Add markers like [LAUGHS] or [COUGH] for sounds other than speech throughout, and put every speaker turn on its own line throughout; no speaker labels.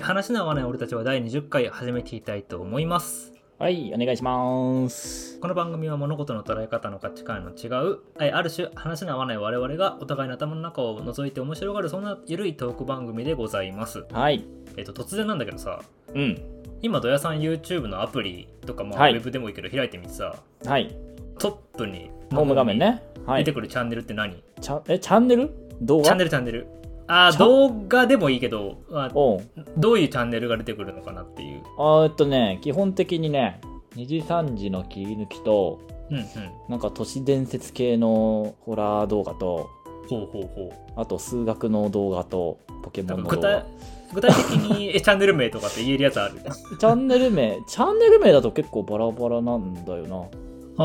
話の合わない俺たちは第20回始めていきたいと思います。
はい、お願いします。
この番組は物事の捉え方の価値観の違う、えある種話の合わない我々がお互いの頭の中を覗いて面白がるそんなゆるいトーク番組でございます。
はい。
えっと、突然なんだけどさ、
うん。
今、土屋さん YouTube のアプリとか、まあ、
はい
ウェブでもいいけど開いてみてさ、
はい。
トップに、
ホーム画面ね。は
出
い。
てくるチャンネルって何、
ちゃえ、チャンネル動画
チャンネルチャンネル。あー
チャ
動画でもいいけど、あ
おう
どういうチャンネルが出てくるのかなっていう。
あーえっとね、基本的にね、2時3時の切り抜きと、
うんうん。
なんか都市伝説系のホラー動画と、
ほうほうほう。
あと数学の動画と、ポケ
なん
モンの
か具
動
体
画。
具体的にえチャンネル名とかって言えるやつある。
チャンネル名、チャンネル名だと結構バラバラなんだよ な。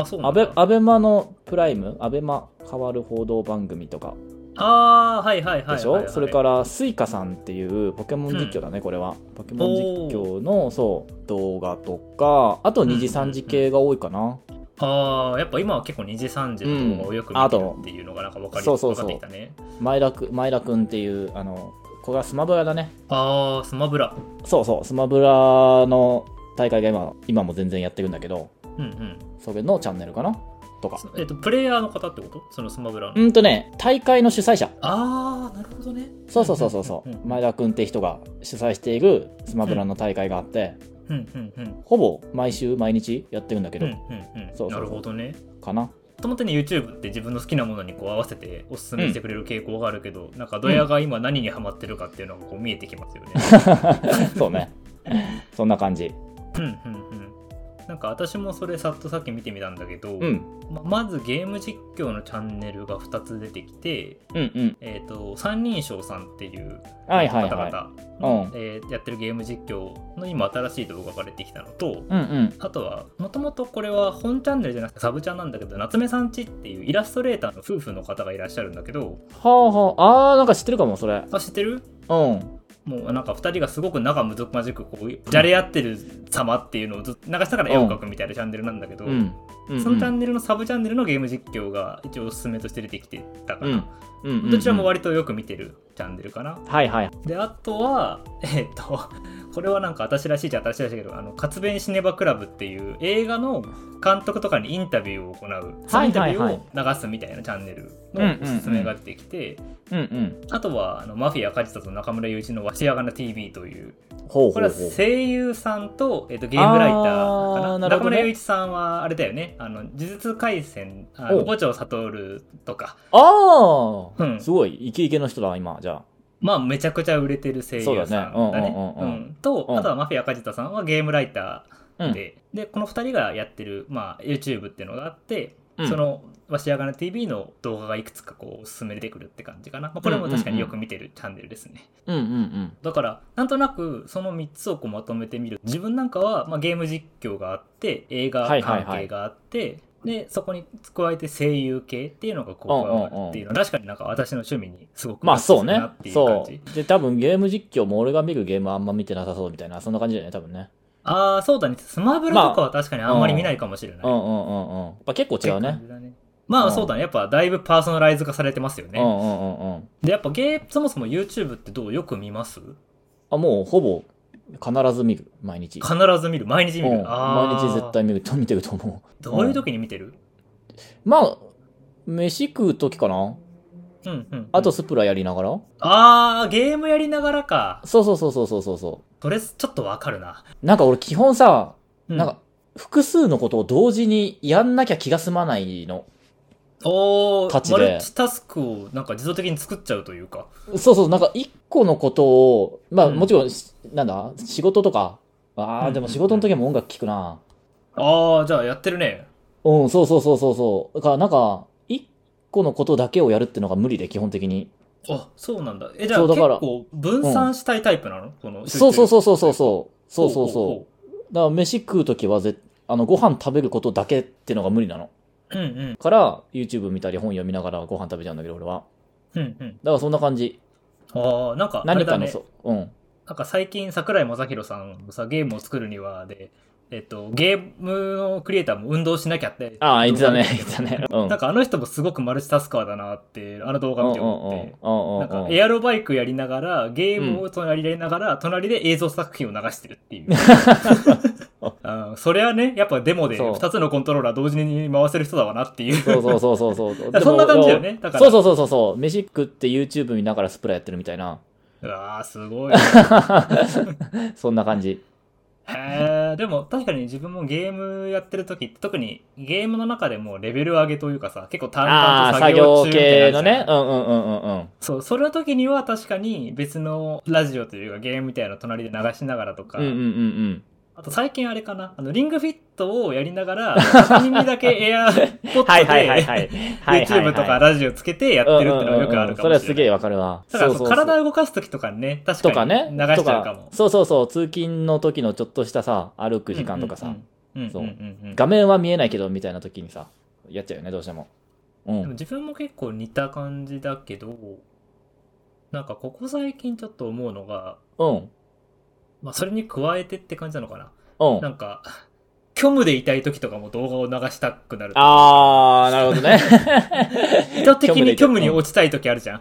[LAUGHS] あ、そうな
ア
んだ
ベ、アベマのプライム、アベマ変わる報道番組とか
あー、はいはいはいはい、はい。
でしょ、それからスイカさんっていうポケモン実況だね、これはポケモン実況のそう動画とかあと
うんうん
二次三次系が多いかな、
あー、やっぱ今は結構2時3時の動画をよく見てるっていうのがなんか分かり、
うんあと
分かってきたね。
前田く前田くんっていうあのこれはスマブラだね
あー、スマブラ。
そうそうスマブラの大会が今今も全然やってるんだけど
うんうん。
それのチャンネルかなとか
そえっと、プレイヤーの方ってことそのスマブラの。
うんとね大会の主催者
あー、なるほどね。
そうそうそうそうそ
うんうん
う前田くんって人が主催しているスマブラの大会があって、
うんうんうん。
ほぼ毎週毎日やってるんだけ
うんう
ど、
んうん
そうそうそう
なるほどね。
かな
ともとね YouTube って自分の好きなものにこう合わせておすすめしてくれる傾向があるけど、なんかドヤが今何にハマってるかっていうのがこう見えてきますよね。
[LAUGHS] そうね。そんな感じ。
うんうんうん。なんか私もそれさっとさっき見てみたんだけど、
うん。
ままずゲーム実況のチャンネルが2つ出てきて、
うんうん。
えー、と三人称さんっていう
はい
方
はいはい。
々の
うん
えーやってるゲーム実況の今新しい動画が出てきたのと
うんうん。
あとはもともとこれは本チャンネルじゃなくてサブチャンなんだけど夏目さんちっていうイラストレーターの夫婦の方がいらっしゃるんだけど
はあはあ。あー、なんか知ってるかも、それ。
あ知ってる
うん。
もうなんか2人がすごく仲むずまじくこうじゃれ合ってる様っていうのをずっと流したから絵を描くみたいなチャンネルなんだけど、
うん。うん
そのチャンネルのサブチャンネルのゲーム実況が一応おすすめとして出てきてたか
う
ら、
ん。うんうん。
どちらも割とよく見てるチャンネルかな。
はいはい。
であとはえっと [LAUGHS] これはなんか私らしいじゃ私らしいけどあの活弁シネバクラブっていう映画の監督とかにインタビューを行うそのインタビュ
はいはい
ーを流すみたいなチャンネル
うん
の
うん
お
うん
すすめが出てきて、
うんうん。
あとはあのマフィア梶田と中村雄一の「わしやがな TV」という
ほうほうほう。
これは声優さんと,、えっとゲームライターかな
あーなる
中
ほどね
村雄一さんはあれだよね「あの呪術廻戦」あ
お
の
う
五条悟とか
ああ、
うん
すごい、イケイケの人だ、今、じゃあ。
まあめちゃくちゃ売れてる声優さん
そ
だ
うだね
ね
うんう
う
んうんうん
ん。と
うん
あとはマフィア梶田さんはゲームライタ
う
ー
ん。
で、でこの2人がやってる、まあ、YouTube っていうのがあって、
うん
その「わしあがな TV」の動画がいくつかこうおすすめ出てくるって感じかな、まあ、これも確かによく見てるチャンネルですね。
うんうんうん。
だからなんとなくその3つをこうまとめてみる自分なんかは、まあ、ゲーム実況があって映画
はいはいはい
関係があって、でそこに加えて声優系っていうのがこう加わるっていうのは、確かになんか私の趣味にすごく
まあそうね
なって。いう感
そ
じ
う。で、多分ゲーム実況も俺が見るゲームあんま見てなさそうみたいな、そんな感じだよね、多分ね。
ああそうだねスマブラとかは確かにあんまり見ないかもしれない、
うんうんうんうん。やっぱ結構違う
っ
ね
て。感じだまあそうだねやっぱだいぶパーソナライズ化されてますよ
うんう
ね、
んうんうん。
でやっぱゲーそもそも YouTube ってどうよく見ます
あ、もうほぼ、必ず見る、毎日。
必ず見る毎日見
う
る、
ん、
あー
毎日絶対見ると見てると思
どういう時に見てる、
う。まあ、飯食う時かな
うんうんうん
あとスプラやりながら、
あー、ゲームやりながらか。
そうそうそうそうそうそうそ
それ、ちょっとわかるな。
う。なんか俺基本さ、
う
なんか、複数のことを同時にやんなきゃ気が済まないの。
お
価値
ー、
で
マルチタスクをなんか自動的に作っちゃうというか。
そうそう、なんか一個のことを、まあ
うん
もちろんし、なんだ仕事とか。あ
う
あ、
ん
でも仕事の時も音楽聴くな。
あー、じゃあやってるね。
うん、そうそうそうそうそう。だからなんか、一個のことだけをやるってのが無理で、基本的に。
あ、そうなんだ。え、じゃあ
そう
結
だから
構分散したいタイプなの、この集中
そう
力。
そうそうそうそうそう。そうそう
ほ
そう。だから飯食うときはぜあのご飯食べることだけってのが無理なの。
うほうほう。うんうん。
から YouTube 見たり本読みながらご飯食べちゃうんだけど俺は。
うんうん。
だからそんな感じ。
あー、なんか、あれ
何
だ
かの
ね
そ。う。うん。
なんか最近、桜井正宏さんのさ、ゲームを作るにはで、えっと、ゲームのクリエイターも運動しなきゃって。
ああ、言ってたね、言ってたね。うん。
なんかあの人もすごくマルチタスカーだなって、あの動画見て思って。なん
うんうんうんうんうん
かエアロバイクやりながら、ゲームを隣でやりながら、隣で映像作品を流してるって
[LAUGHS]
いう。あーそれはね、やっぱデモで
そう
2つのコントローラー同時に回せる人だわなって
[LAUGHS]
いう。
そうそうそうそうそうそ
[LAUGHS]
う。
だからそんな感じだよねだから
そうそうそうそうそう。飯食って YouTube 見ながらスプラやってるみたいな。 [LAUGHS]
うわー、すごい。
そんな感じ。
へーでも確かに自分もゲームやってる時って特にゲームの中でもレベル上げというかさ結構淡々
ああー、
と
作
作業
業
中みた
系
いなのある
の
じゃん
ね。うんうんうんうんうん。
そうそれの時には確かに別のラジオというかゲームみたいなの隣で流しながらとか、
うんうんうん
あと最近あれかなあのリングフィットをやりながら片耳
[LAUGHS]
だけエアポッ
うん。はいはいはい
ド
は
で
い。はいはいはい
YouTube とかラジオつけてやってるってのはよくあるか
うんうんうんそれ
も
は
し
す
れ
げ
ない。
えわかるわ。
だからそう
そうそうそう
体を動かす時とかにね確
と
か
か
に
ね。
流しちゃうか
と
も。
そうそうそう。通勤の時のちょっとしたさ、歩く時間とかさ、
うんうんうん。
そう
うんうんうんうん
画面は見えないけどみたいな時にさ、やっちゃうよね、どうしても。う
でも
ん。
自分も結構似た感じだけど、なんかここ最近ちょっと思うのが、
うん。
まあそれに加えてって感じなのかな。
うん。
なんか、虚無でいたい時とかも動画を流したくなる。
あー、なるほどね。
[LAUGHS] 意図的に虚無に落ちたい時あるじゃん。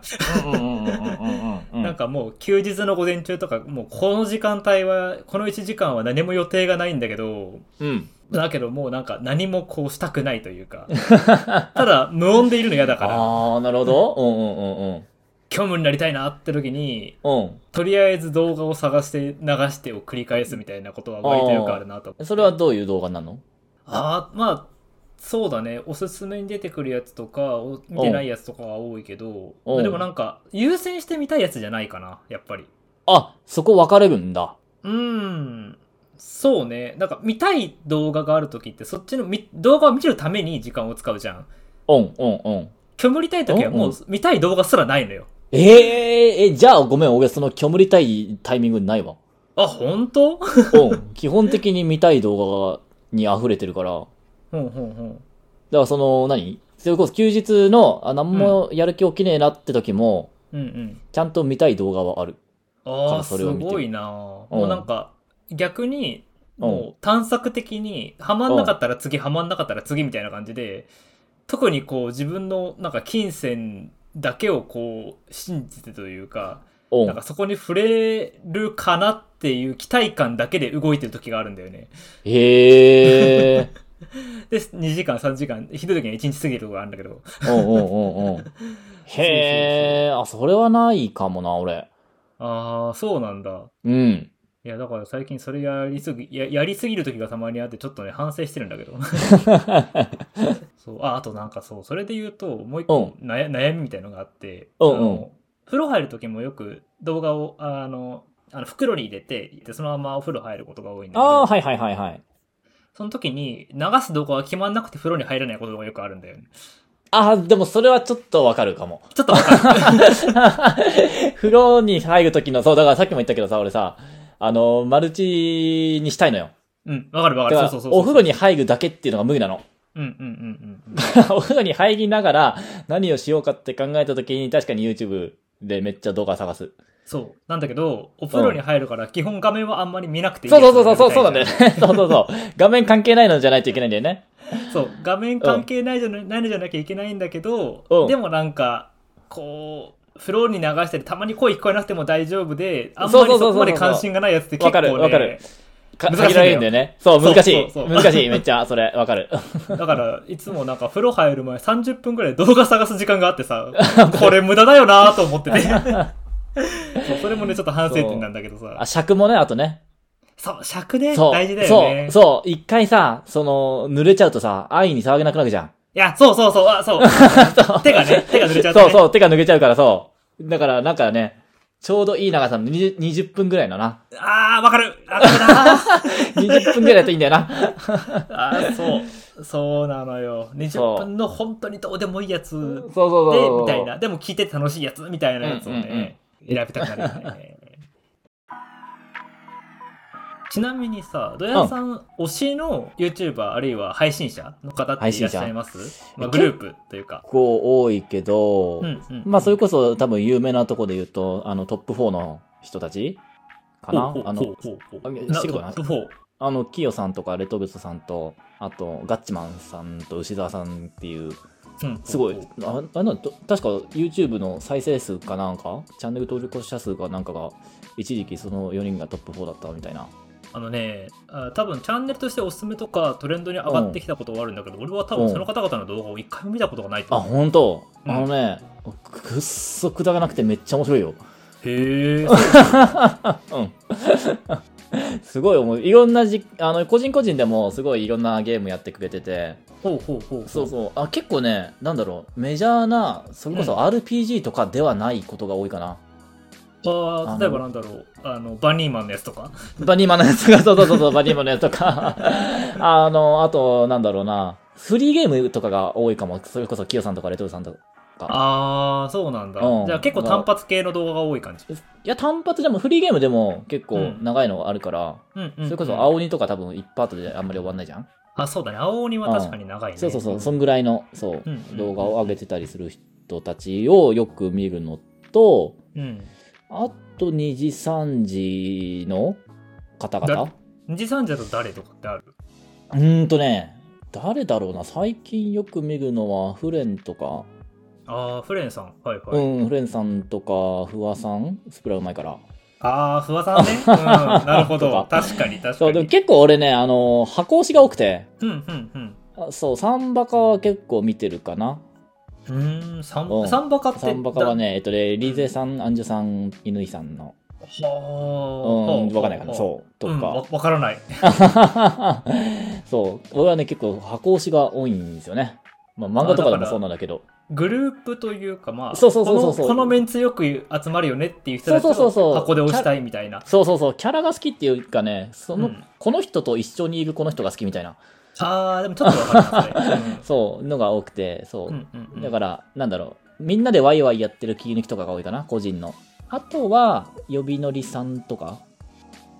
な
なんかもう休日の午前中とか、もうこの時間帯は、この1時間は何も予定がないんだけど、
うん。
だけどもうなんか何もこうしたくないという
[LAUGHS]
か、ただ無音でいるの嫌だから、
ああ、なるほど。うんうんうん
虚無になりたいなって時に、
うん。
とりあえず動画を探して流してを繰り返すみたいなことは割とよくあるなと。
うん。それはどういう動画なの
ああ、まあ、そうだね。おすすめに出てくるやつとか、お見てないやつとかは多いけど、
おう
でもなんか、優先してみたいやつじゃないかな、やっぱり。
あ、そこ分かれるんだ。
うーん。そうね。なんか、見たい動画があるときって、そっちのみ動画を見るために時間を使うじゃん。
うんうんうん。
虚無りたいときはも
おう
う、見たい動画すらないのよ。
えええ、じゃあごめん、俺その虚無りたいタイミングないわ。
あ、本当
[LAUGHS] うん。基本的に見たい動画に溢れてるから。だか
ほんほんほん。
らその、何それこそ休日の、あ、何もやる気起きねえなって時も、
うんうん。
ちゃんと見たい動画はある。
ああ、
そ
す
れを見てる
ごいなあもうなんか、逆に、
うん
もう探索的に、ハマんなかったら次、ハマんなかったら次みたいな感じで、特にこう自分のなんか金銭だけをこう信じてというか、
う
なん
ん
か。そこに触れるかなっていう期待感だけで動いてる時があるんだよね。
へ [LAUGHS] え。
で、2時間、3時間、ひどい時には1日過ぎるとこがあるんだけど、
うんうんうんうん。へえ。あ、それはないかもな、俺。
ああ、そうなんだ。
うん。
いや、だから最近それやりすぎ、ややりすぎる時がたまにあって、ちょっとね、反省してるんだ
[LAUGHS]
けど。そう、あ、あとなんかそう、それで言うと、もう一個なや悩みみたいのがあって、
うんうん
あの風呂入る時もよく動画を、あの、あの袋に入れて、でそのままお風呂入ることが多いんだけ
ああ
ど、
ー、はいはいはいはい。
その時に流す動画が決まんなくて風呂に入らないことがよくあるんだよね。
ああ、でもそれはちょっとわかるかも。
ちょっとわかる。
[LAUGHS] 風呂に入る時の、そう、だからさっきも言ったけどさ、俺さ、あの、マルチにしたいのよ。
うん、わかるわ
だ
かる。
から
そうそうそうそう。
お風呂に入るだけっていうのが無理なの。 [LAUGHS]
うんうんうんうん。
お風呂に入りながら何をしようかって考えた時に確かに YouTube でめっちゃ動画探す。
そう。なんだけど、お風呂に入るから基本画面はあんまり見なくていい
そ
や
う
つ
そうそうそう、そう
みた
ないんだよね。 [LAUGHS] そうそうそう。画面関係ないのじゃないといけないんだよね。
そう画面関係ないじゃな,、ないのじゃなきゃいけないんだけど、
うん
でもなんかこうフローに流したりたまに声聞こえなくても大丈夫であんま
そうそ
り
うそうそ
そこま
うそう
で関心がないやつって結
わ
構
か
ね
るわかるか
難しいんだよ
限られるんだよね。そう、難しい。
そうそうそう
難しい。めっちゃ、それ、わかる。
だからいつもなんか風呂入る前30分ぐらい動画探す時間があって
[LAUGHS]
さこれ無駄だよなと思っててそうそれもねちょっと反省点なんだけど
あ、
さ
尺もね、あとね。
そう尺ね
そう。
大事だよね
そう、そう。一回さ、その、濡れちゃうとさ、安易に騒げなくなるじゃん。
いやそうそうそうあそう手がね手が濡れちゃうと、ね、
そうそう、手が抜けちゃうからそう。だから、なんかね、ちょうどいい長さの 20, 20分ぐらいのな。
ああわかるわかるな
20分ぐらいだといいんだよな。
あーそう。そうなのよ。
そう
20分の本当にどうでもいいやつ
そう
で、
そうそうそう。
みたいな。でも聞いてて楽しいやつみたいなやつを
うんうんうん
ね、選びたくなるよね。ちなみにさ、土屋さん、推しの YouTuber あるいは配信者の方っていらっしゃいますまあ、グループというか。
結構多いけど、
うんうん、
まあそれ
こ
こそ多分有名なとこで言うと、あのトップ4の人たちかな
ほうほうほ
あの
う、ほうほう
あ知ってるかな
トップ4。
あの、キヨさんとかレトルトさんと、あと、ガッチマンさんと牛沢さんっていう、
うん
すごい
うん、
ああれなん確か YouTube の再生数かなんか、チャンネル登録者数かなんかが、一時期その4人がトップ4だったみたいな。
あのね、あ多分チャンネルとしておすすめとかトレンドに上がってきたことはあるんだけど、俺は多分その方々の動画を一回も見たことがないと
あ、
思う。
本当
うん
あのね、くくっそくだらなくてめっちゃ面白いよ。
へえ。
うん。 [LAUGHS] すごい思う。いろんなじ、あの、個人個人でもすごいいろんなゲームやってくれてて、
ほうほうほう。
そうそう。あ、結構ね、なんだろう、メジャーな、それこそ RPG とかではないことが多いかな。
あー例えばなんだろう、あの、バニーマンのやつとか。
バニーマンのやつが、 [LAUGHS] そうそうそうそう、バニーマンのやつと
[LAUGHS]
か、あの、あと、なんだろうな、フリーゲームとかが多いかも。それこそ、キヨさんとかレトルさんとか。
ああ、そうなんだ。
うん
じゃあ結構単発系の動画が多い感じ。
いや、単発でも、フリーゲームでも結
う
構
ん
長いのがあるから、
うんうん、
それこそ、
青。
青鬼とか多分1パートであんまり終わんないじゃん、
あ、そうだね。青鬼は確かに長いね。
そうそうそう、そんぐらいの、そう、
うんうん
動画を上げてたりする人たちをよく見るのと、
うん。
あと2時、3時の方々
二次三次だと誰とかってある
うーんとね、誰だろうな、最近よく見るのは、フレンとか、
ああ、フレンさん。はいはい。
うん、フレンさんとか、フワさん、スプラうまいから。
ああ、不破さんね。う
[LAUGHS]
ん、なるほど
と。か
確かに確
そ
か
う、でも
に。
結構俺ね、あの、箱推しが多くて、
うんうんうん。
あそう、サンバカは結構見てるかな。
うーん、三
うん
三バカって。
サンバカはね、えっとね、リゼさん、アンジュさん、犬井さんの、
だ。はあ。
うん、わかんないかな、
う。
そう、と
うんわ
か。
わからない。
[LAUGHS] そう、俺はね、結構箱推しが多いんですよね。まあ、漫画とかでもそうなんだけど。
グループというか、まあ、
そうそうそうそうそう
このこのメンツよく集まるよねっていう人たち
そうそうそうそ
を
う
箱で押したいみたいな。
そうそうそう、キャラが好きっていうかね、その、
うん
この人と一緒にいるこの人が好きみたいな、
ああ、でもちょっとわかりますね。
そう、のが多くて、 [LAUGHS] そう。
うんうんうんうん
だから、なんだろう。みんなでワイワイやってる切り抜きとかが多いかな、個人の。あとは、呼びのりさんとか、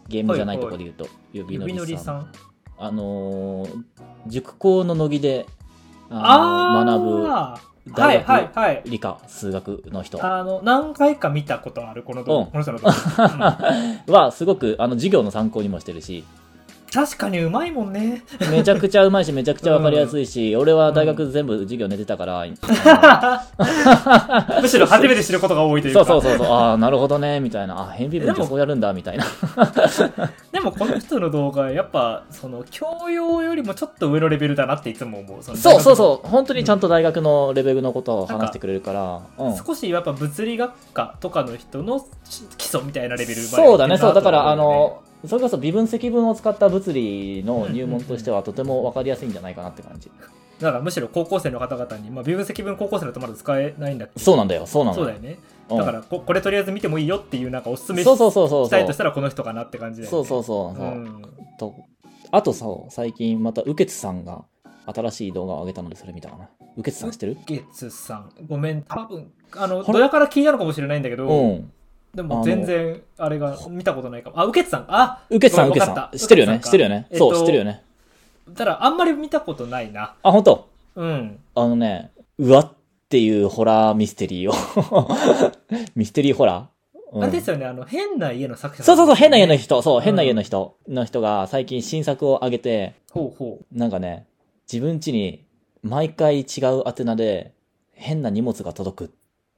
ゲームじゃないところで言うと、呼びの
指の
り
り
さん。
さん。
あのー塾高の乃木で、あのー学
ああ
ぶ
は
大
い
学
はいはい。
ぶ理科、数学の人
あの、何回か見たことある、この動
うん
画。この人の動
[LAUGHS]
画。うん
は、すごく、あの、授業の参考にもしてるし、
確かにうまいもん
[LAUGHS]
ね。
めちゃくちゃうまいし、めちゃくちゃわかりやすいし、俺は大学全部授業寝てたから、 [LAUGHS]
むしろ初めて知ることが多いという
そ
か。
うそうそうそう、ああ、なるほどね、みたいな、あ、変微分ってそうやるんだ、みたいな。
でもこの人の動画、やっぱ、その、教養よりもちょっと上のレベルだなっていつも思う。その
そうそうそう、本当にちゃんと大学のレベルのことを話してくれるから、うん。
少しやっぱ物理学科とかの人の基礎みたいなレベルまで
そうだね、
いって
そ
る
う、
なと
だか
は
ら、あ
思うよね
の、それこそ微分積分を使った物理の入門としては、とても分かりやすいんじゃないかなって感じ。
だからむしろ高校生の方々に、まあ、微分積分高校生だとまだ使えないんだって
そうなんだよ、そうなんだ
そうだ
よ。
よね。
うん
だからこ、これとりあえず見てもいいよっていう、なんかおすすめし
そうそうそうそう
したい
そ
と
う
し。たらこの人かなって感じで、ね。
そうそうそうそうう。
ん
とあとさ、最近また、ウケツさんが新しい動画を上げたので、それ見たかな。ウケツさん知ってる
ゲッツさん、ごめん、多分あの、
あれ
ドヤから聞いたのかもしれないんだけど、
うん。
でも全然、あれが、見たことないかも。あ、ウケツさん、あ、
ウケツさん、ウ
ごめ
ケ
ん
ツ
わか
さ
った
ん。知ってるよね
ウケツさんか
知ってるよね
えっと
そう、知ってるよね。
ただ、あんまり見たことないな。
あ、本当
うん。
あのね、うわっていうホラーミステリーを。 [LAUGHS] ミステリーホラー、うん
あれですよね、あの、変な家の作者
そ
さ
うんそうそう、変な家の
人。
人、そう、変な
うん
家の人の人が最近新作を上げて、
ほうほう。
なんかね、自分家に毎回違う宛名で変な荷物が届くっ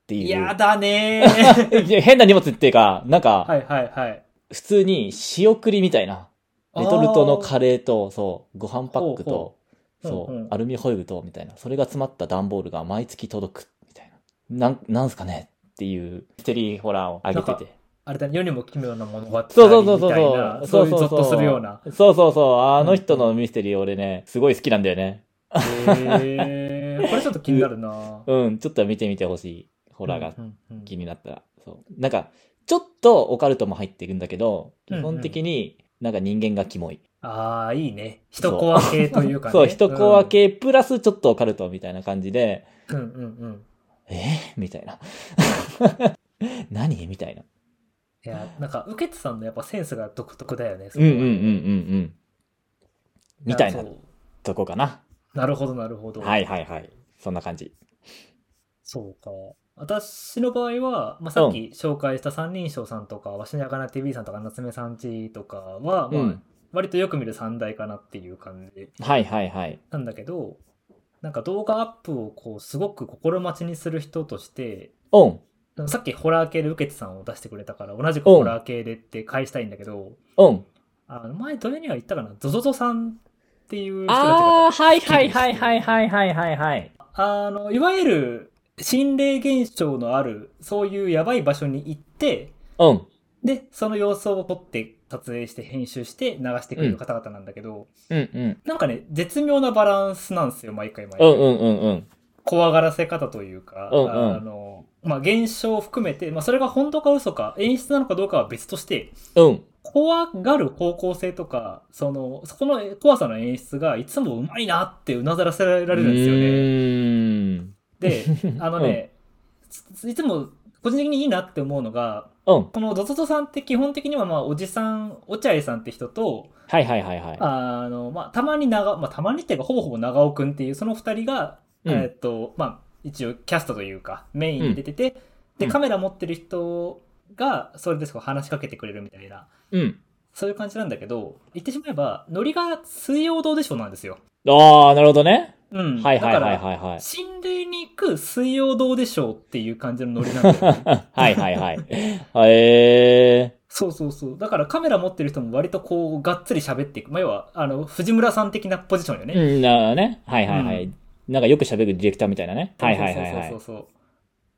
ていう。
やだね
[LAUGHS]
ー。
いや変な荷物っていうか、なんか、
はいはいはい。
普通に仕送りみたいな。レトルトのカレーと、そう、ご飯パックと
ほ、うほう
そ
うんう、
うんアルミホイルと、みたいな。それが詰まった段ボールが毎月届く、みたいな。なん、なんすかねっていう、ミステリーホラーを上げてて。
あれだね、世にも奇妙なものがあった
そ
り
うそうそう
み
そう
たいな、
そ
そうういうゾ
そう
ッ
そう。
とするような。。
そうそうそう。あの人のミステリー俺ね、すごい好きなんだよね。
へーこれちょっと気になるな
うん、ちょっと見てみてほしい。ホラーが
うんうんうん
気になったら。そう。なんか、ちょっとオカルトも入っていくんだけど、
うんう
基
ん
本的になんか人間がキモい。
ああ、いいね。人コア系というかね。
そう、人コア系プラスちょっとオカルトみたいな感じで、
うん。うんうんうん。
えみたいな。 [LAUGHS] 何みたいな。
いや、なんか、ウケツさんのやっぱセンスが独特だよね。そ
うん
こ
う
は
んうんうんうん。みたいな
やそう
とこかな。
なるほど、なるほど。
はいはいはい。そんな感じ。
そうか。私の場合は、まあ、さっき紹介した三人称さんとか、わしにあかな TV さんとか、夏目さんちとかは、まあ、
うん
割とよく見る三大かなっていう感じ
はいはいはい。
なんだけど、なんか動画アップをこう、すごく心待ちにする人として、
うん。
さっきホラー系で受けてさんを出してくれたから、同じくホラー系でって返したいんだけど、
うん。
あの前、どれには言ったかな、ゾゾゾさんっていう人たち
あ
が
あ、はいはいはいはいはいはいはいはい。
あの、いわゆる心霊現象のある、そういうやばい場所に行って、
うん。
で、その様子を撮って、撮影して、編集して、流してくれる方々なんだけど、
うんうん。
なんかね、絶妙なバランスなんですよ、毎回毎
う
回。
んうんうんうん。
怖がらせ方というか、
うんうん
あの、まあ、現象を含めて、まあ、それが本当か嘘か、演出なのかどうかは別として、
うん。
怖がる方向性とか、その、そこの怖さの演出がいつもうまいなってうなざらせられるんですよね。で、あのね、ついつも個人的にいいなって思うのが、
うん。うん。
このゾゾゾさんって基本的にはまあおじさん、お茶屋さんって人と、
はいはいはいはい。
あの、まあたまに長、まあたまにっていうかほぼほぼ長尾くんっていうその二人が、
うん
えーっと、まあ一応キャストというかメインに出てて、
う
で、
ん
カメラ持ってる人がそれですごい話しかけてくれるみたいな、
うん。
そういう感じなんだけど、言ってしまえば、ノリが水曜どうでしょうなんですよ。
ああ、なるほどね。
うん。
はいはい
だか
はい
ら
はいはい。
心霊に行く水曜どうでしょうっていう感じのノリなんだよね
[LAUGHS] はいはいはい。へえ
そうそうそう。だからカメラ持ってる人も割とこう、がっつり喋っていく。まあ、要は、あの、藤村さん的なポジションよね。
うん、なるほどね。はいはいは
う
い。なんかよく喋るディレクターみたいなね。はいはいはいは
そ。
い
そう
う
そうそう。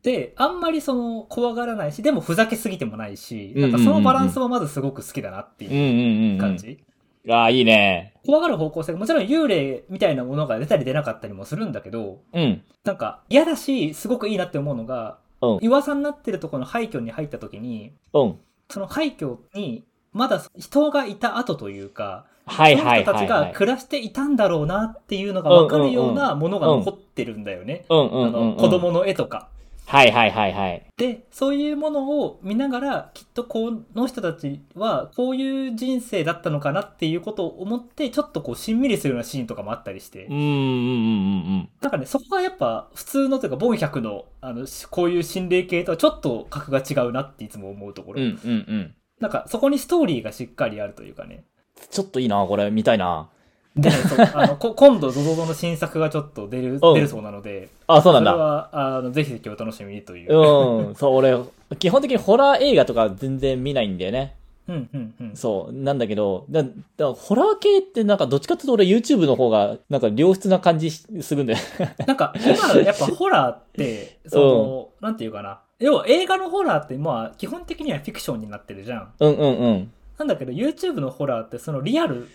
で、あんまりその、怖がらないし、でもふざけすぎてもないし、
うん
な
う
ん
うんん
かそのバランスはまずすごく好きだなって
うん
いう
うんうん。
感。じ。
ああ、いいね。
怖がる方向性、もちろん幽霊みたいなものが出たり出なかったりもするんだけど、
うん。
なんか嫌だし、すごくいいなって思うのが、
うん
噂になってるところの廃墟に入った時に、
うん。
その廃墟に、まだ人がいた後というか、
はい
その
はい
人た
は
ち
いは
が
い。
暮らしていたんだろうなっていうのが分かるようなものが残ってるんだよね。
うん
あ
うんうんう
の
ん。
子供の絵とか。
はいはいはいはい。
で、そういうものを見ながら、きっとこの人たちはこういう人生だったのかなっていうことを思って、ちょっとこうしんみりするようなシーンとかもあったりして
うん。うんうんうんうん。
なんかね、そこがやっぱ普通のというか、ボン100の、あの、しこういう心霊系とはちょっと格が違うなっていつも思うとこ
う
ろ。
んうんうん。
なんかそこにストーリーがしっかりあるというか
[LAUGHS]
ね。
ちょっといいな、これ、見たいな。
で、そうあのこ今度、ゾゾゾの新作がちょっと出る、
うん
出るそうなので、
あ、そうなん
それ
だ。
は、あの、ぜひぜひお楽しみにという。
うん。そう、俺、基本的にホラー映画とか全然見ないんだよね。
うん、うん、うん。
そう、なんだけど、だだホラー系ってなんかどっちかっていうと俺 YouTube の方がなんか良質な感じしするんだ [LAUGHS] よ。
[LAUGHS] なんか、今、やっぱホラーって、その、なんていうかな。要は映画のホラーって、まあ、基本的にはフィクションになってるじゃん。
うんうんうん。
なんだけど、YouTube のホラーって、そのリアル、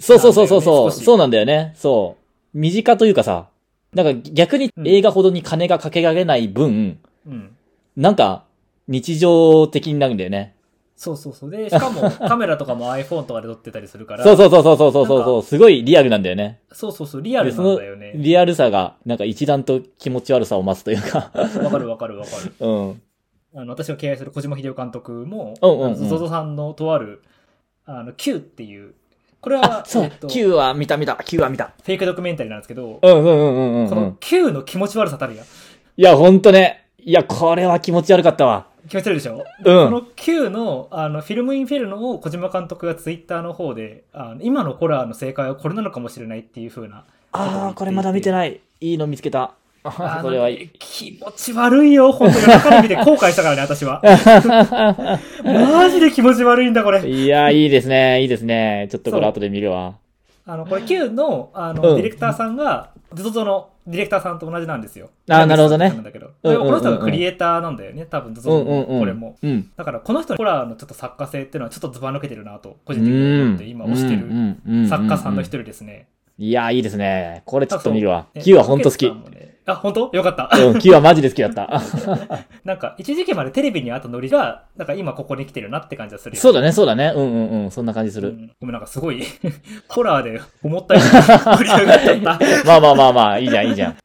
そうそうそう
なん
そう
だよね
そう、
少し
そうなんだよね。そう。身近というかさ、なんか逆に映画ほどに金がかけられない分、
うん。
なんか日常的になるんだよね。
そうそうそう。で、しか
[LAUGHS]
も、カメラとかも iPhone とかで撮ってたりするから、
そうそうそうそうそうそう
なん
そ
か
う、すごいリアルなんだよね。
そうそうそう、リアルなんだよね。
リアルさが、なんか一段と気持ち悪さを増すというか。 [LAUGHS]
わかるわかるわかる。
うん。
あの、私が敬愛する小島秀夫監督も、
うんうんうん
あのゾゾさんのとある、あの、Q っていう、これ
あ
は、、
そ
え
う
っと、フ
Q は見た見た、Q は見た。
ェイクドキュメンタリーなんですけど、
うんうんうんうんうんうん。
この Q の気持ち悪さたるや。
いや、ほんとね。いや、これは気持ち悪かったわ。
気持ち悪いでしょ、
うん
この Q の、あの、フィルムインフェルノを小島監督がツイッターの方で、あの今のホラーの正解はこれなのかもしれないっていう風
[LAUGHS]
な。
ああ、これまだ見てない。いいの見つけた。
あの
あこれはいい。
気持ち悪いよ、本当に。夜中に見て後悔した
[LAUGHS]
からね、私は。マジで気持ち悪いんだ、これ。
いや、いいですね。いいですね。ちょっとこれ
そう
後で見るわ。
あの、これ Q の、あの、
うん
ディレクターさんが、ずっとのディレクターさんと同じなんですよ。
あーなるほどね
なんだけど。
うんうんうんうん
この人がクリエイターなんだよね、多分、ずっ
う
と
んうんうん。
これも。
うん。
だから、この人のホラーのちょっと作家性っていうのはちょっとズバ抜けてるなと、個
個
人的に思って、今推してる
る
作家さんの一
人。
人ですね。
いや、いいですね。これちょっと見るわ
ね。
Q はほんと好き。
ロケットさんもねあ、本当よ [LAUGHS] かった。
うん、Q はマジで好きだった。 [LAUGHS]
なんか、一時期までテレビにあったノリが、なんか今ここに来てるなって感じがするよ。
そうだね、そうだね。うんうんうん。そんな感じす
う
る。
んごめん、なんかすごい、 [LAUGHS] ホラーで思ったより盛り上がっちゃ
[LAUGHS]
った。
まあまあまあまあ、いいじゃん、いいじゃん。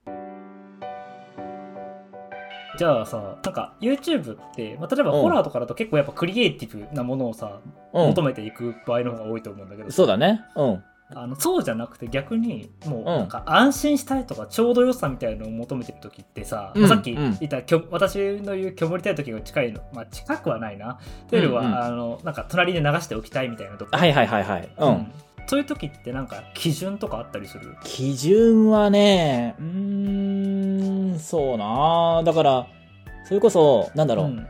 じゃあさ、なんか YouTube って、まあ、例えば
うん
ホラーとかだと結構やっぱクリエイティブなものをさ、
う
求めていく場合の方が多いと思うんだけど、
ん。そうだね。うん。
あのそうじゃなくて逆にもうんなんか安心したいとかちょうど良さみたいのを求めてる時ってさ、
うん
さっき
うん
言った、きょ私の言う虚無りたい時が近いの、まあ、近くはないなというよりは、
うんうん
あのなんか隣で流しておきたいみたいなとこ、
はいはいはいはい。うん。
うんそういう時ってなんか基準とかあったりする
基準はね、うーん、そうなあだから、それこそ、なんだろう、
うん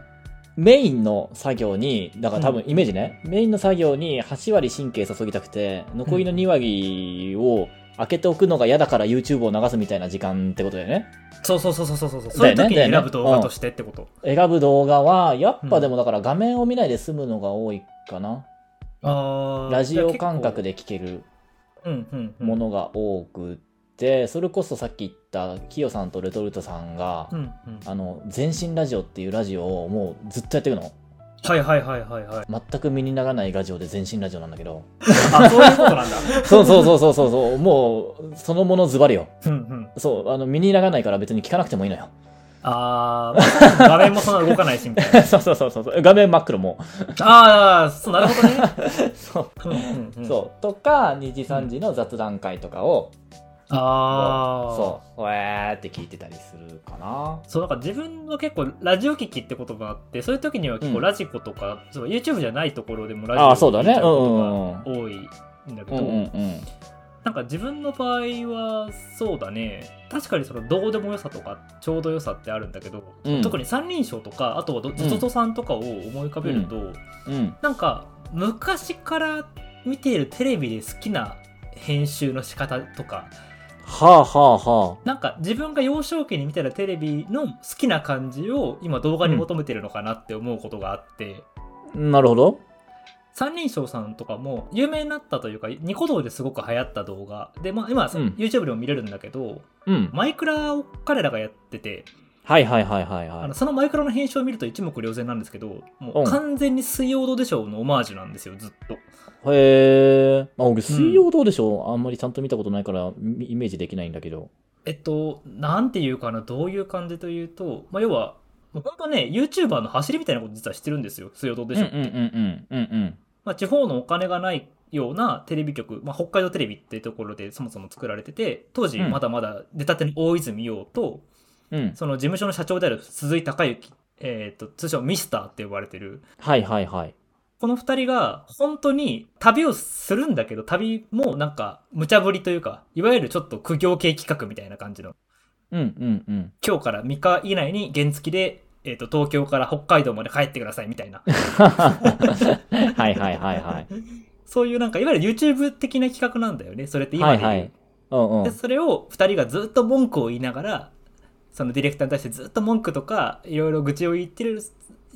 メインの作業に、だから多分
う
イメージね、メインの作業に8割神経注ぎたくて、残りの2割を開けておくのが嫌だから YouTube を流すみたいな時間ってことだよね。
そうそうそうそうそうそうそう、そうい
だよね
う時に
だよね
選ぶ動画としてってこと、
選ぶ動画は、やっ
う
ぱ
ん
でもだから画面を見ないで済むのが多いかな。
あー
ラジオ感覚
じゃ
で聴ける
あ結構うんうんうん
ものが多くて、それこそさっき言った、キヨさんとレトルトさんが、
うんうん
あの全身ラジオっていうラジオをもうずっとやってるの
はいはいはいはいはい
全く身にならないラジオで全身ラジオなんだけど
あそういうことなんだ
そうそうそうそうそうそうもうそのものズバリよ
うんうん
そうあの身にならないから別に聞かなくてもいいのよ [LAUGHS]
あー画面もそんな動かないしみたいな
そうそうそうそう画面真っ黒も
ああそうなるほどね
う [LAUGHS] そう,、
うんうんうん
そうとか2時3時の雑談会とかを、
ああ
そうそうえーって聞いてたりするかな
そうなんか自分の結構ラジオ聞きってことがあってそういう時には結
う
構
ん
ラジコとか、そう YouTube じゃないところでもラジ
あ
コ
あそうだ
聞い
ね
ちゃう
う
ん
う
こと
んうん
が多いんだけ
う
ど、
んうんうん
なんか自分の場合はそうだね確かにそのどうでもよさとかちょうどよさってあるんだけど、
うん
特に三人称とかあとはどずっとさんとかを思い浮かべると、
うん
なんか昔から見ているテレビで好きな編集の仕方とか
はあはあは
なんか自分が幼少期に見てたテレビの好きな感じを今動画に求めてるのかなって思うことがあって、
あなるほど
三人称さんとかも有名になったというかニコ動ですごく流行った動画で、まあ、今、
うん
YouTube でも見れるんだけど
うん
マイクラを彼らがやってて、
はいはいはいはいは
あ
い
のそのマイクラの編集を見ると一目瞭然なんですけども
うん
う完全に「水曜どうでしょう」のオマージュなんですよずっと。
へえ。あ、俺、水曜どうでしょう、あんまりちゃんと見たことないから、みイメージできないんだけど。
えっと、なんていうかな、どういう感じというと、まあ、要は、もう本当ね、YouTuber の走りみたいなこと実はしてるんですよ、水曜どうでしょうって。
うんうんうんうん
まあ、地方のお金がないようなテレビ局、まあ、北海道テレビっていうところでそもそも作られてて、当時
うん
まだまだ出たての大泉洋と、
うん。うん。
その事務所の社長である鈴井孝之、えっと、通称ミスターって呼ばれてる、
はいはいはい。
この二人が本当に旅をするんだけど、旅もなんか無茶ぶりというか、いわゆるちょっと苦行系企画みたいな感じの。
うんうんうん。
今日から3日以内に原付で、えー、と東京から北海道まで帰ってくださいみたい
[LAUGHS]
な
はいはいはいはい。
そういうなんかいわゆる YouTube 的な企画なんだよねそれって今で
はい
言う、
はい。うんうん
で。それを2人がずっと文句を言いながらそのディレクターに対してずっと文句とかいろいろ愚痴を言ってる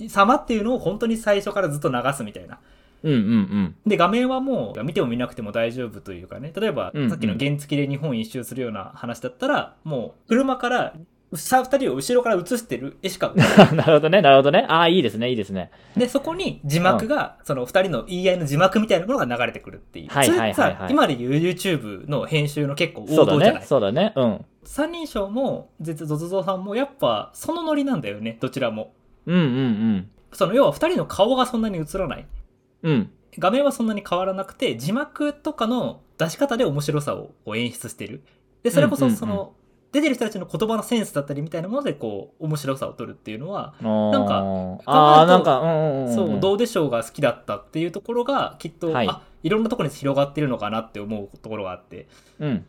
様っていうのを本当に最初からずっと流すみたいな
うんうん
で画面はもう見ても見なくても大丈夫というかね例えば、
うんうん
さっきの原付で日本一周するような話だったらもう車から2人を後ろから映してる絵しか
[LAUGHS] うん。なるほどね、なるほどね。ああ、いいですね、いいですね。
で、そこに字幕が、その二人の言い合いの字幕みたいなものが流れてくるっていう。
はいはいはいはい
それってさ、今で言う YouTube の編集の結構王
そうだ
道じゃな
ね、
い、
そうだね。うん。
三人称も、ゾゾゾゾさんも、やっぱそのノリなんだよね、どちらも。
うんうん
その、要は二人の顔がそんなに映らない。
うん。うん。
画面はそんなに変わらなくて、字幕とかの出し方で面白さをこう演出してる。で、それこ
う
そ
んうんうん
その、出てる人たちの言葉のセンスだったりみたいなもので、こう、面白さを取るっていうのは、
な
なんか
ああ、なんか、うんうんうん。
そう、どうでしょうが好きだったっていうところが、きっと、
はい
い、あいろんなところに広がってるのかなって思うところがあって、
うん。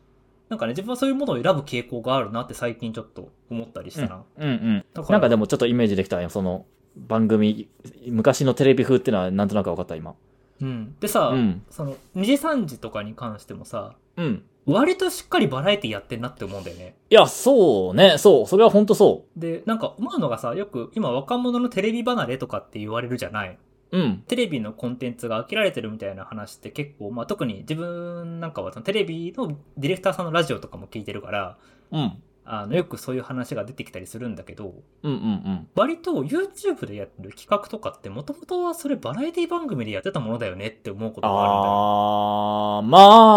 なんかね、自分はそういうものを選ぶ傾向があるなって最近ちょっと思ったりしたな。
うんうん。
だか
な
ら
んかでもちょっとイメージできたよ、その番組、昔のテレビ風っていうのはなんとなく分かった、今。
うん、でさ、
うん。
その2時3時とかに関してもさ、
うん。
割としっかりバラエティやってんなって思うんだよね。
いや、そうね、そう、それは本当そ
で、なんか思うのがさ、よく今若者のテレビ離れとかって言われるじゃない。
う。うん。
テレビのコンテンツが飽きられてるみたいな話って結構、まあ特に自分なんかはそのテレビのディレクターさんのラジオとかも聞いてるから、
うん。
あのよくそういう話が出てきたりするんだけど
うんうんうん。
割と YouTube でやってる企画とかってもともとはそれバラエティ番組でやってたものだよねって思うことがあるんだよ。
あー、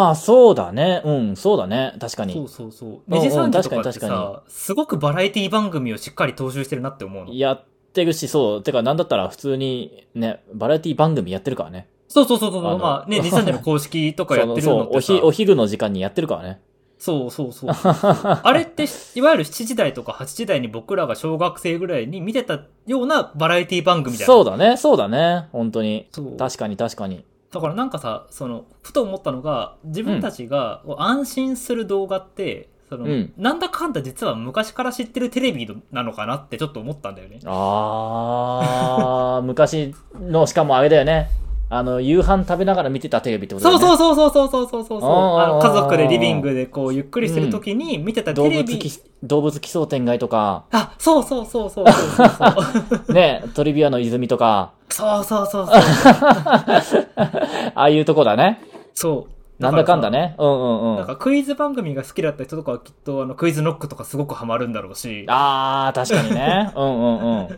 まあ、そうだね。うん、そうだね。確か
そう
に。
そうそう。
うんうん
二次三次とかって
確かに確
さ、すごくバラエティ番組をしっかり踏襲してるなって思うの。
やってるし、そう。てか、なんだったら普通にね、バラエティ番組やってるからね。
そうそうそうそう、
あの
まあ
[LAUGHS]
ね、日産での公式とかやってる
そ
の
の
っ
そうお
てさ
ひお昼の時間にやってるか
[LAUGHS]
らね。
そうそうそう。あれって、いわゆる7時台とか8時台に僕らが小学生ぐらいに見てたようなバラエティ番組だよ
そうだね、そうだね、本当に。
そう
確かに確かに。
だからなんかさそのふと思ったのが自分たちが安心する動画って、その
うん
なんだかんだ実は昔から知ってるテレビなのかなってちょっと思ったんだよね。
あー、 [LAUGHS] 昔の、しかもあれだよね。あの、夕飯食べながら見てたテレビってことだ
そ
よ
う
ね。
そうそうそうそうそうそうそう
あ
あ
ー
の家族でリビングでこうゆっくりしてる時に見てた
動
テレ
物
ビ、
き動物奇想天外
[LAUGHS]
とか、
あそうそうそうそうそうそう
ね、トリビアの泉とか、
そうそうそうそう
ああいうとこだね。
そう
なんだかんだ
ね
ね。うんうんう
なん
ん。
かクイズ番組が好きだった人とかはきっとあのクイズノックとかすごくハマるんだろうし
あー、確か
[LAUGHS]
にね。うんうんうん。
だか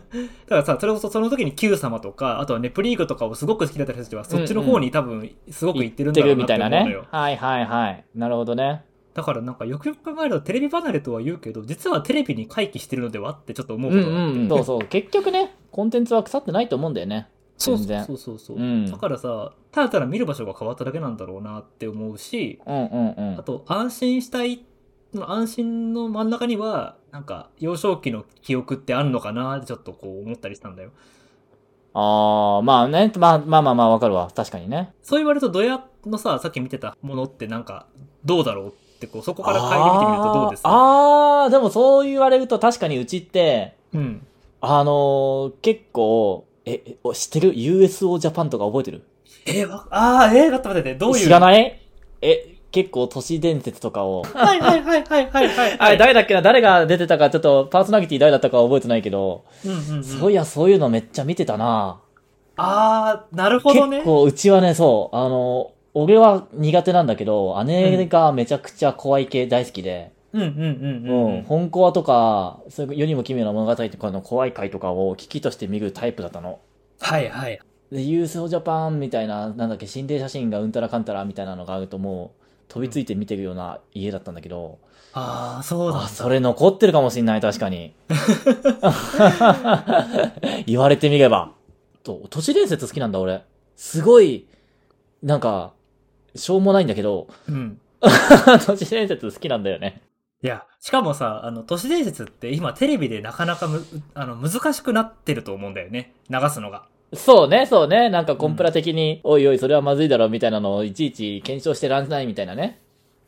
らさ、それこそその時に Q 様とか、あとはネプリーグとかをすごく好きだった人たちは、そっちの方に多分、すごく行ってるんだろうな
み
って
たい
思
な
うのよ。
ね。はいはいはい。なるほどね。
だからなんか、よくよく考えると、テレビ離れとは言うけど、実はテレビに回帰してるのではってちょっと思う
う
こ
ん
とがあって。
うん。そうそう。結局ね、コンテンツは腐ってないと思うんだよね。
そう
全然
そうそうそう。
うん
だからさ、ただただ見る場所が変わっただけなんだろうなって思うし、
うんうんうん
あ。と、安心したい、その安心の真ん中には、なんか、幼少期の記憶ってあんのかなってちょっとこう思ったりしたんだよ。
ああ、まあね、まあまあまあまあわかるわ。確かにね。
そう言われると、ドヤのさ、さっき見てたものってなんか、どうだろうって、こう、そこから変えてみてみるとどうですか
あーあー、でもそう言われると確かにうちって、
うん。
あのー結構、え、えお知ってる ?USO ジャパンとか覚えてる
えー、わあー、えー、待って待って待って、どういう。
知らないえ、結構都市伝説とかを。
はいはいはいはいはいはい。
[LAUGHS] あれ、誰だっけな誰が出てたか、ちょっとパーソナリティ誰だったかは覚えてないけど、
うんうん、うん。
そういや、そういうのめっちゃ見てたな。
あー、なるほどね
結。構、うちはね、そう、あの、俺は苦手なんだけど、姉がめちゃくちゃ怖い系大好きで、
うんうんうんうん
う。ん、本コアとか、そういう世にも奇妙な物語とかの怖い回とかを危機として見るタイプだったの。
はいはい。
で、ユースオジャパンみたいな、なんだっけ、心霊写真がうんたらかんたらみたいなのがあるともう、飛びついて見てるような家だったんだけど、
あー、そう
あ、
だ。
それ残ってるかもしんない、確か
[LAUGHS]
に。言われてみれば。と、都市伝説好きなんだ、俺。すごい、なんか、しょうもないんだけど、 [LAUGHS]
うん。
都市伝説好きなんだよね。
いや、しかもさ、あの、都市伝説って今テレビでなかなかむ、あの、難しくなってると思うんだよね。流すのが。
そうね、そうね。なんかコンプラ的に、おいおい、それはまずいだろ、みたいなのをいちいち検証してらんないみたいなね。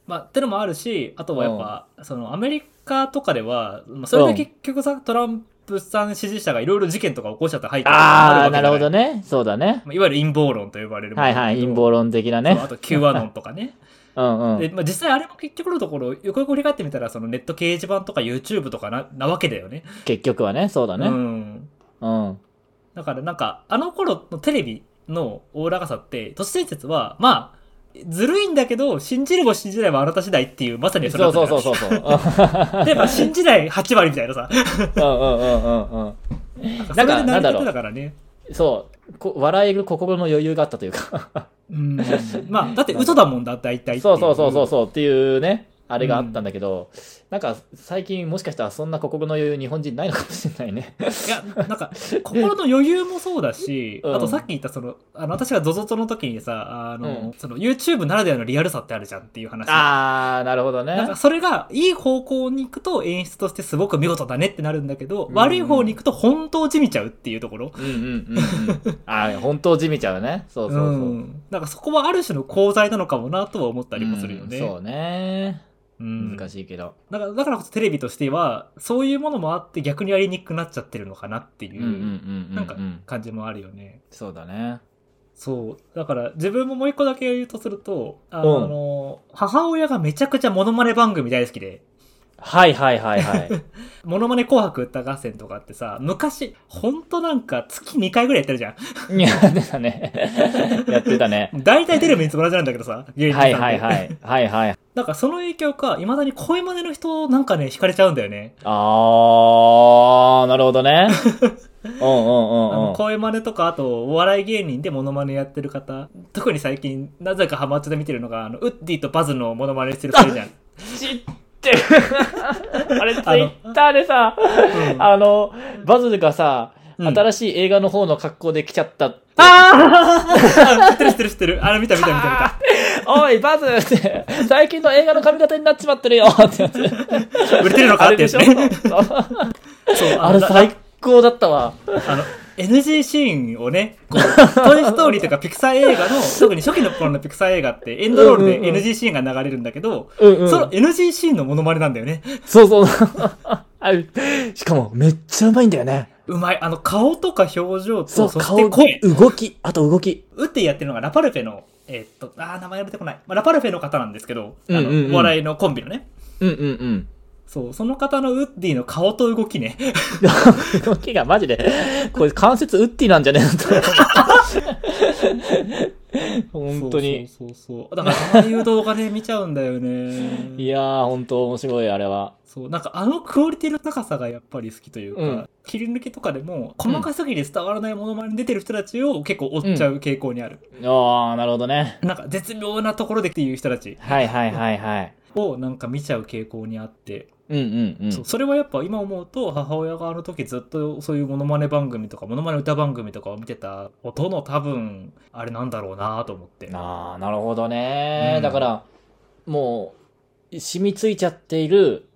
まあ、ってのもあるし、あとはやっぱ、そのアメリカとかでは、まあ、それで結局さ、トランプさん支持者がいろいろ事件とか起こしちゃった背景が
あ
あ
あ、
わけじ
な
ゃ
る
い
ほど。ね。そうだね。
まあいわゆる陰謀論と呼ばれるものだ
はい
けど。
はい、陰謀論的なね
そうあ。と Q アノンとかね。
うんう
で
ん。
まあ、実際あれも結局のところ、よくよく振り返ってみたら、そのネット掲示板とか YouTube とかななわけだよね。
結局はね、そうだ
う
ね。
ん。
うん。
だからなんか、あの頃のテレビの大らかさって、都市伝説は、まあ、ずるいんだけど、信じれば信じればあなた次第っていう、まさに
そうそうそう
う。
そうそう。
例えば、信じない8割みたいなさ。
[LAUGHS] うんうんうんうんうん。
なんかそれで
なんか
成り
なんだ
立
ろ
て
う
たからね。
そう。こ笑える心の余裕があったというか。
うん。まあ、だって嘘だもんだ、大体ってい。
そうそうそうそうそうっていうね、あれがあったんだけど、なんか最近もしかしたらそんな心の余裕日本人ないのかもしれないね。
いや、なんか、心の余裕もそうだし、
うん
あとさっき言った、その、あの、私が ZOZO との時にさ、あの、
うん
その、YouTube ならではのリアルさってあるじゃんっていう話。
[LAUGHS] あー、なるほど
なん
ね
か。それがいい方向に行くと演出としてすごく見事だねってなるんだけど、
うん
悪い方に行くと本当じみちゃうっていうところ。
うんうんうんうん。あー、本当地味ちゃうね。そうそうそう。
ん。なんかそこはある種の功罪なのかもなとは思ったりもするよね。
うんそうね。
うん
難しいけど。
だから、だからこそテレビとしては、そういうものもあって逆にやりにくくなっちゃってるのかなってい
うんうんうん
う
うん、うん。
なんか感じもあるよね。
そうだね。
そう。だから、自分ももう一個だけ言うとすると、あ
うん
の、母親がめちゃくちゃモノマネ番組大好きで、
はいはいはいはい。
[LAUGHS] モノマネ紅白歌合戦とかってさ、昔、ほんとなんか月2回ぐらいやってるじゃ
やってたね。やって
[LAUGHS]
たね。
ん。大体出るメンツ同じなんだけどさ、芸人さんっ
はい
て。
はいはい。はいはい。
なんかその影響か、未だに声真似の人なんかね、惹かれちゃうんだよね。
あー、なるほ
[LAUGHS]
どね。うんうん
あ
うんう
の
ん。
声真似とか、あと、お笑い芸人でモノマネやってる方。特に最近、なぜかハマっちゃで見てるのが、あの、ウッディとバズのモノマネしてる人いる
[LAUGHS]
じゃん。
知ってる [LAUGHS] あれ、ツイ
あの
ッターでさ、
うん
あの、バズルがさ、
うん
新しい映画の方の格好で来ちゃったって。
ああ知ってる知ってる知ってる。あれ見た見た見た見た。
[LAUGHS] お
[LAUGHS]
い、バズって、最近の映画の髪型になっちまってるよってやつ。
売れてるのか
あ
っ
れ
て
で
や
し
つ
ょ
ね。
[LAUGHS]
そう、
あ
[LAUGHS]
れ
の
最高だったわ。
あの、NG シーンをね、こう、トイストーリーとかピクサー映画の、特に初期の頃のピクサー映画って、エンドロール
う
で
んうんうん
NG シーンが流れるんだけど、
うんうん。
その NG シーンのモノマネなんだよね。
そ
[LAUGHS]
うそう。あれしかも、めっちゃうまいんだよね。
うまい。あの、顔とか表情と、
そう、
そして
顔、
声。
動き、あと動き。
打ってやってるのがラパルフェの、えーっと、あー名前出てこない。まあ、ラパルフェの方なんですけど、あの、
うんうんうん
お笑いのコンビのね。
うんうんうん。
そう、その方のウッディの顔と動きね。
[LAUGHS] 動きがマジで、これ関節ウッディなんじゃねえの本当に。
そうそうそうそう。だから、ああいう動画で見ちゃうんだよね。
いやー、本当面白い、あれは。
そう、なんかあのクオリティの高さがやっぱり好きというか、
うん
切り抜けとかでも、細かすぎて伝わらないものまねに出てる人たちを結構追っちゃう傾向にある。
ああ、なるほどね。
なんか絶妙なところでっていう人たち
はいはいはいはい。
をなんか見ちゃう傾向にあって、
うんうんうん。
そうそれはやっぱ今思うと、母親があの時ずっとそういうものまね番組とか、ものまね歌番組とかを見てた音の多分、あれなんだろうなと思って。
ああ、なるほどね。
うん
だから、もう、染みついちゃっている、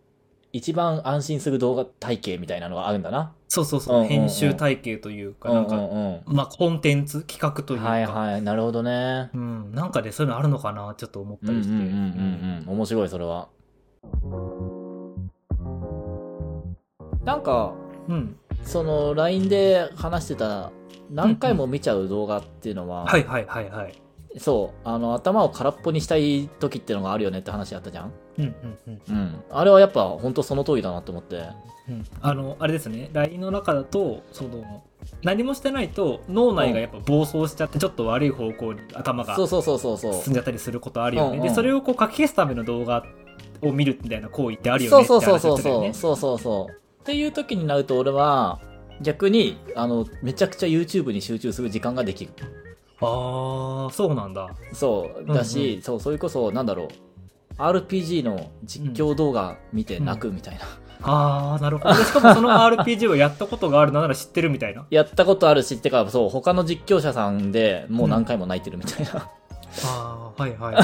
一番安心する動画体系みたいなのがあるんだな。
そうそう
うん
そうう、
んうん
編集体系というか、なん
うん
か、
うんうん
まあコンテンツ、企画というか。
はいはい、なるほどね。
うん、なんかでそういうのあるのかなちょっと思っ
うん
た
うん
り
うん
し
う
て。
んうん。面白い、それは。なんか、
うん。
その、LINE で話してた、何回も見ちゃう動画っていうのは、
はいはいはいはい。
そう、あの、頭を空っぽにしたい時ってのがあるよねって話あったじゃん。
うんうんうん。
うん。あれはやっぱ、本当その通りだなと思って。
うん、あの、あれですね、LINE の中だと、その、何もしてないと脳内がやっぱ暴走しちゃって、ちょっと悪い方向に頭が
そうそうそうそうそう。
進んじゃったりすることあるよね。
うんうん
で、それをこう書き消すための動画を見るみたいな行為ってあるよ
そ
ねっ
う
て
そうそう
話
そ
をし
う
てたよ
そ
ね
う。そうそうそうっていう時になると俺は逆にあのめちゃくちゃ YouTube に集中する時間ができる
ああ、そうなんだ。
そうだし、
うん
そうそれこそなんだろう RPG の実況動画見て泣くみたいな、
ああ、なる
[LAUGHS]
ほど。でしかもその RPG をやったことがあるなら知ってるみたいな。
やったことあるしってかそう他の実況者さんでもう何回も泣いてるみたいな、 [LAUGHS]
ああ、はいはい。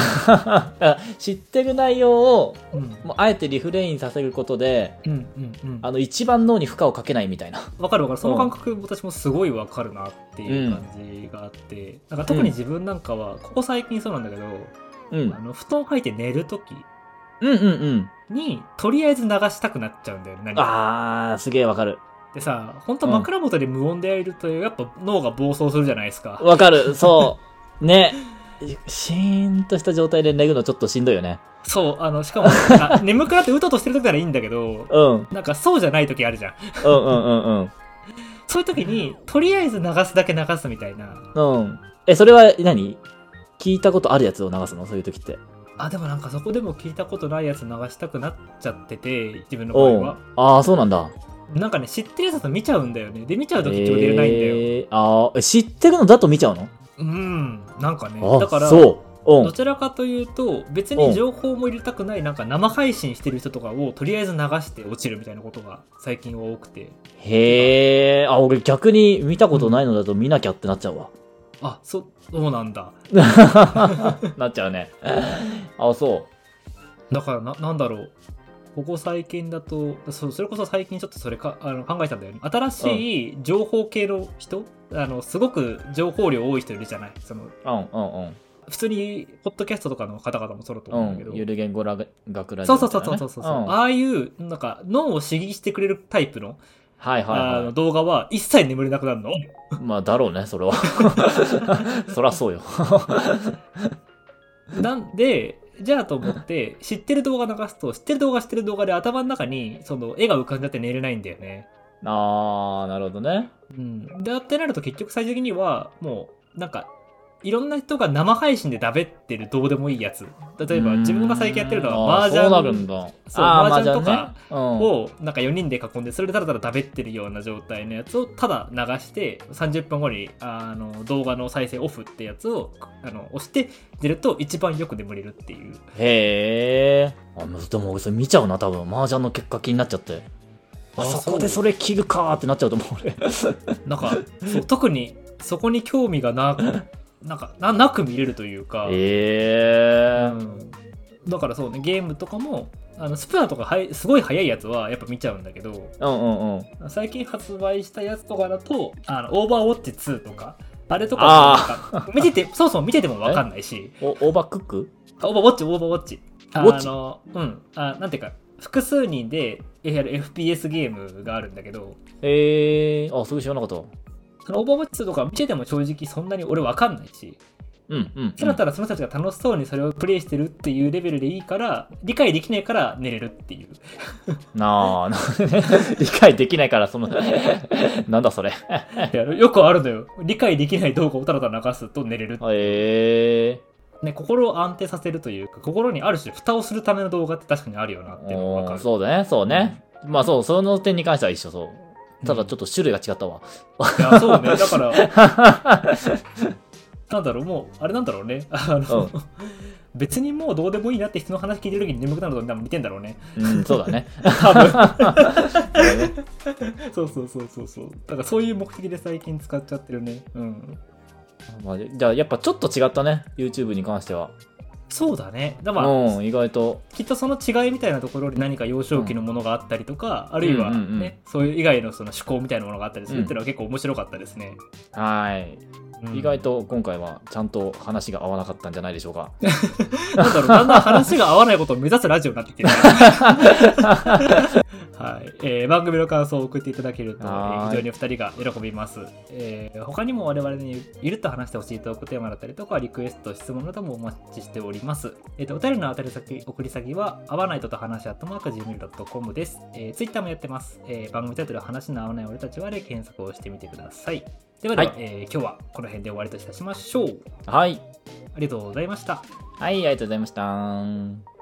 知ってる内容を
うん
もうあえてリフレインさせることで
うんうんうん。
あの一番脳に負荷をかけないみたいな
わかるわかるその感覚、私もすごいわかるなっていう感じがあって、なんか特に自分なんかはここ最近そうなんだけど、
うん
あの布団入って寝る時
うんうんうん
にとりあえず流したくなっちゃうんだよね何か
あーすげえわかる
でさ本当枕元で無音でやるとやっぱ脳が暴走するじゃないですか、
わかる、そう。ね。シーンとした状態で寝るのちょっとしんどいよね。
そうあのしか [LAUGHS] もあ眠くなってうとうとしてる時ならいいんだけど
うん。うん
なんかそうじゃない時あるじゃん
うんうんうん。
そういう時にとりあえず流すだけ流すみたいな
うん。え、それは何聞いたことあるやつを流すのそういう時って。
あでもなんかそこでも聞いたことないやつ流したくなっちゃってて自分の場合
お
は
う。ああ、そうなんだ。
なんかね、知ってるやつだと見ちゃうんだよね。で、見ちゃう
え
ときちょうど入れないんだよ。
ー、あーえ知ってるのだと見ちゃうの
うん、なんかね。
あ
だから、ど
そう。うん。
ちらかというと、別
うん
に情報も入れたくない、なんか生配信してる人とかをとりあえず流して落ちるみたいなことが最近は多くて。
へえ。あ、俺逆に見たことないのだと見なきゃってなっちゃ
[LAUGHS]
うわ。
あ、そ、そうなんだ。
なっちゃうね。あ、そ
だからな、なんだろう。ここ最近だと、そそれこそ最近ちょっとそれかあの考えたんだよね。新しい情報系の人、あの、すごく情報量多い人いるじゃない。その、
う。うんうん
普通に、ポッドキャストとかの方々もそうだと
う
思うんだ
ん。
け
う
ど、
ん。ゆる言語ラ学ラジ
そ
オ
う
みた
そ
いう
そうそうそうそう、
なねん
ああいうなんか脳を刺激してくれるタイプの,、
はいはいはい。
あの動画は一切眠れなくな
[LAUGHS]
るの
まあ、だろうね、それは。 [LAUGHS] そらそうよ。 [LAUGHS]
なんでじゃあと思って知ってる動画流すと知ってる動画知ってる動画で頭の中にその絵が浮かんじゃって寝れないんだよね、
あー、なるほどね。
うん、だってなると結局最終的にはもうなんかいろんな人が生配信でだべってるどうでもいいやつ例えば自分が最近やってるのは
あ
麻
ー
雀
そうなるんだ。
そう
あー
麻雀とか
麻雀ね
をなんか4人で囲んでそれでただただ食べってるような状態のやつをただ流して30分後にあの動画の再生オフってやつをあの押して出ると一番よく眠れるっていう
うん、へえ。あ、でも俺それ見ちゃうな、多分。麻雀の結果気になっちゃって。あ
あ
そこでそれ聞くかーってなっちゃうと思う俺
なん
[LAUGHS]
かそう特にそこに興味がななんかななく見れるというか、
え
う
ー
んだからそうねゲームとかもあのスプラとかはいすごい早いやつはやっぱ見ちゃうんだけど
うんうんうん
最近発売したやつとかだとあのオーバーウォッチ2とかあれとか
あ
なんか見ててそもそも見てても分かんない
[LAUGHS]
し
おオーバークック
あオーバーウォッチオーバーウォッチあ
ウォッチ
あのうんあなんていうか複数人でやる FPS ゲームがあるんだけど
えー、あそれ知らなかった
そのオーバーウォッチ2とか見てても正直そんなに俺分かんないし
うんうん、
ただただその人たちが楽しそうにそれをプレイしてるっていうレベルでいいから理解できないから寝れるっていう [LAUGHS]
なあ、 [LAUGHS] な理解できないから、その、 [LAUGHS] なんだそれ。
いやよくあるのよ理解できない動画をただただ流すと寝れる、
え
ね、心を安定させるというか心にある種蓋をするための動画って確かにあるよなっていうのが分か
ー、
る
そうだね、そうね。まあそう、その点に関しては一緒そう。ただちょっと種類が違ったわ。
いやそうねだから
[LAUGHS]
なんだろうもうあれなんだろうね [LAUGHS] あの、
う
別にもうどうでもいいなって人の話聞いてる時に眠くなると多分見てんだろう
[LAUGHS]
ね
うん、そうだね。
多分
そうだね
そうそうそうそうそうだからそういう目的で最近使っちゃってるねうん
まあ、じゃあ、やっぱちょっと違ったね、YouTube に関しては。
そうだねだから、
うん、意外と。
きっとその違いみたいなところに何か幼少期のものがあったりとか、あるいは、ね
うんうんうん
そういう以外のその思考みたいなものがあったりするっていうのは結構面白かったですね。
はい。
うん
意外と今回は、ちゃんと話が合わなかったんじゃないでしょうか。
なんだろう、だんだん話が合わないことを目指すラジオになってきて
[LAUGHS]
る。はい、えー番組の感想を送っていただけると、え
はー
ー
い
非常にお二人が喜びます。えー他にも我々にゆるっと話してほしいトークテーマだったりとか、リクエスト、質問などもお待ちしております。えっ、と、お便りの当たり先、送り先は、合わないとと話、アットマーク Gmail.com です。えー、Twitter もやってます。えー番組タイトル、話の合わない俺たちはで検索をしてみてください。ではでは、
はい
えー今日はこの辺で終わりといたしましょう。
はい。
ありがとうございました。
はい、ありがとうございました。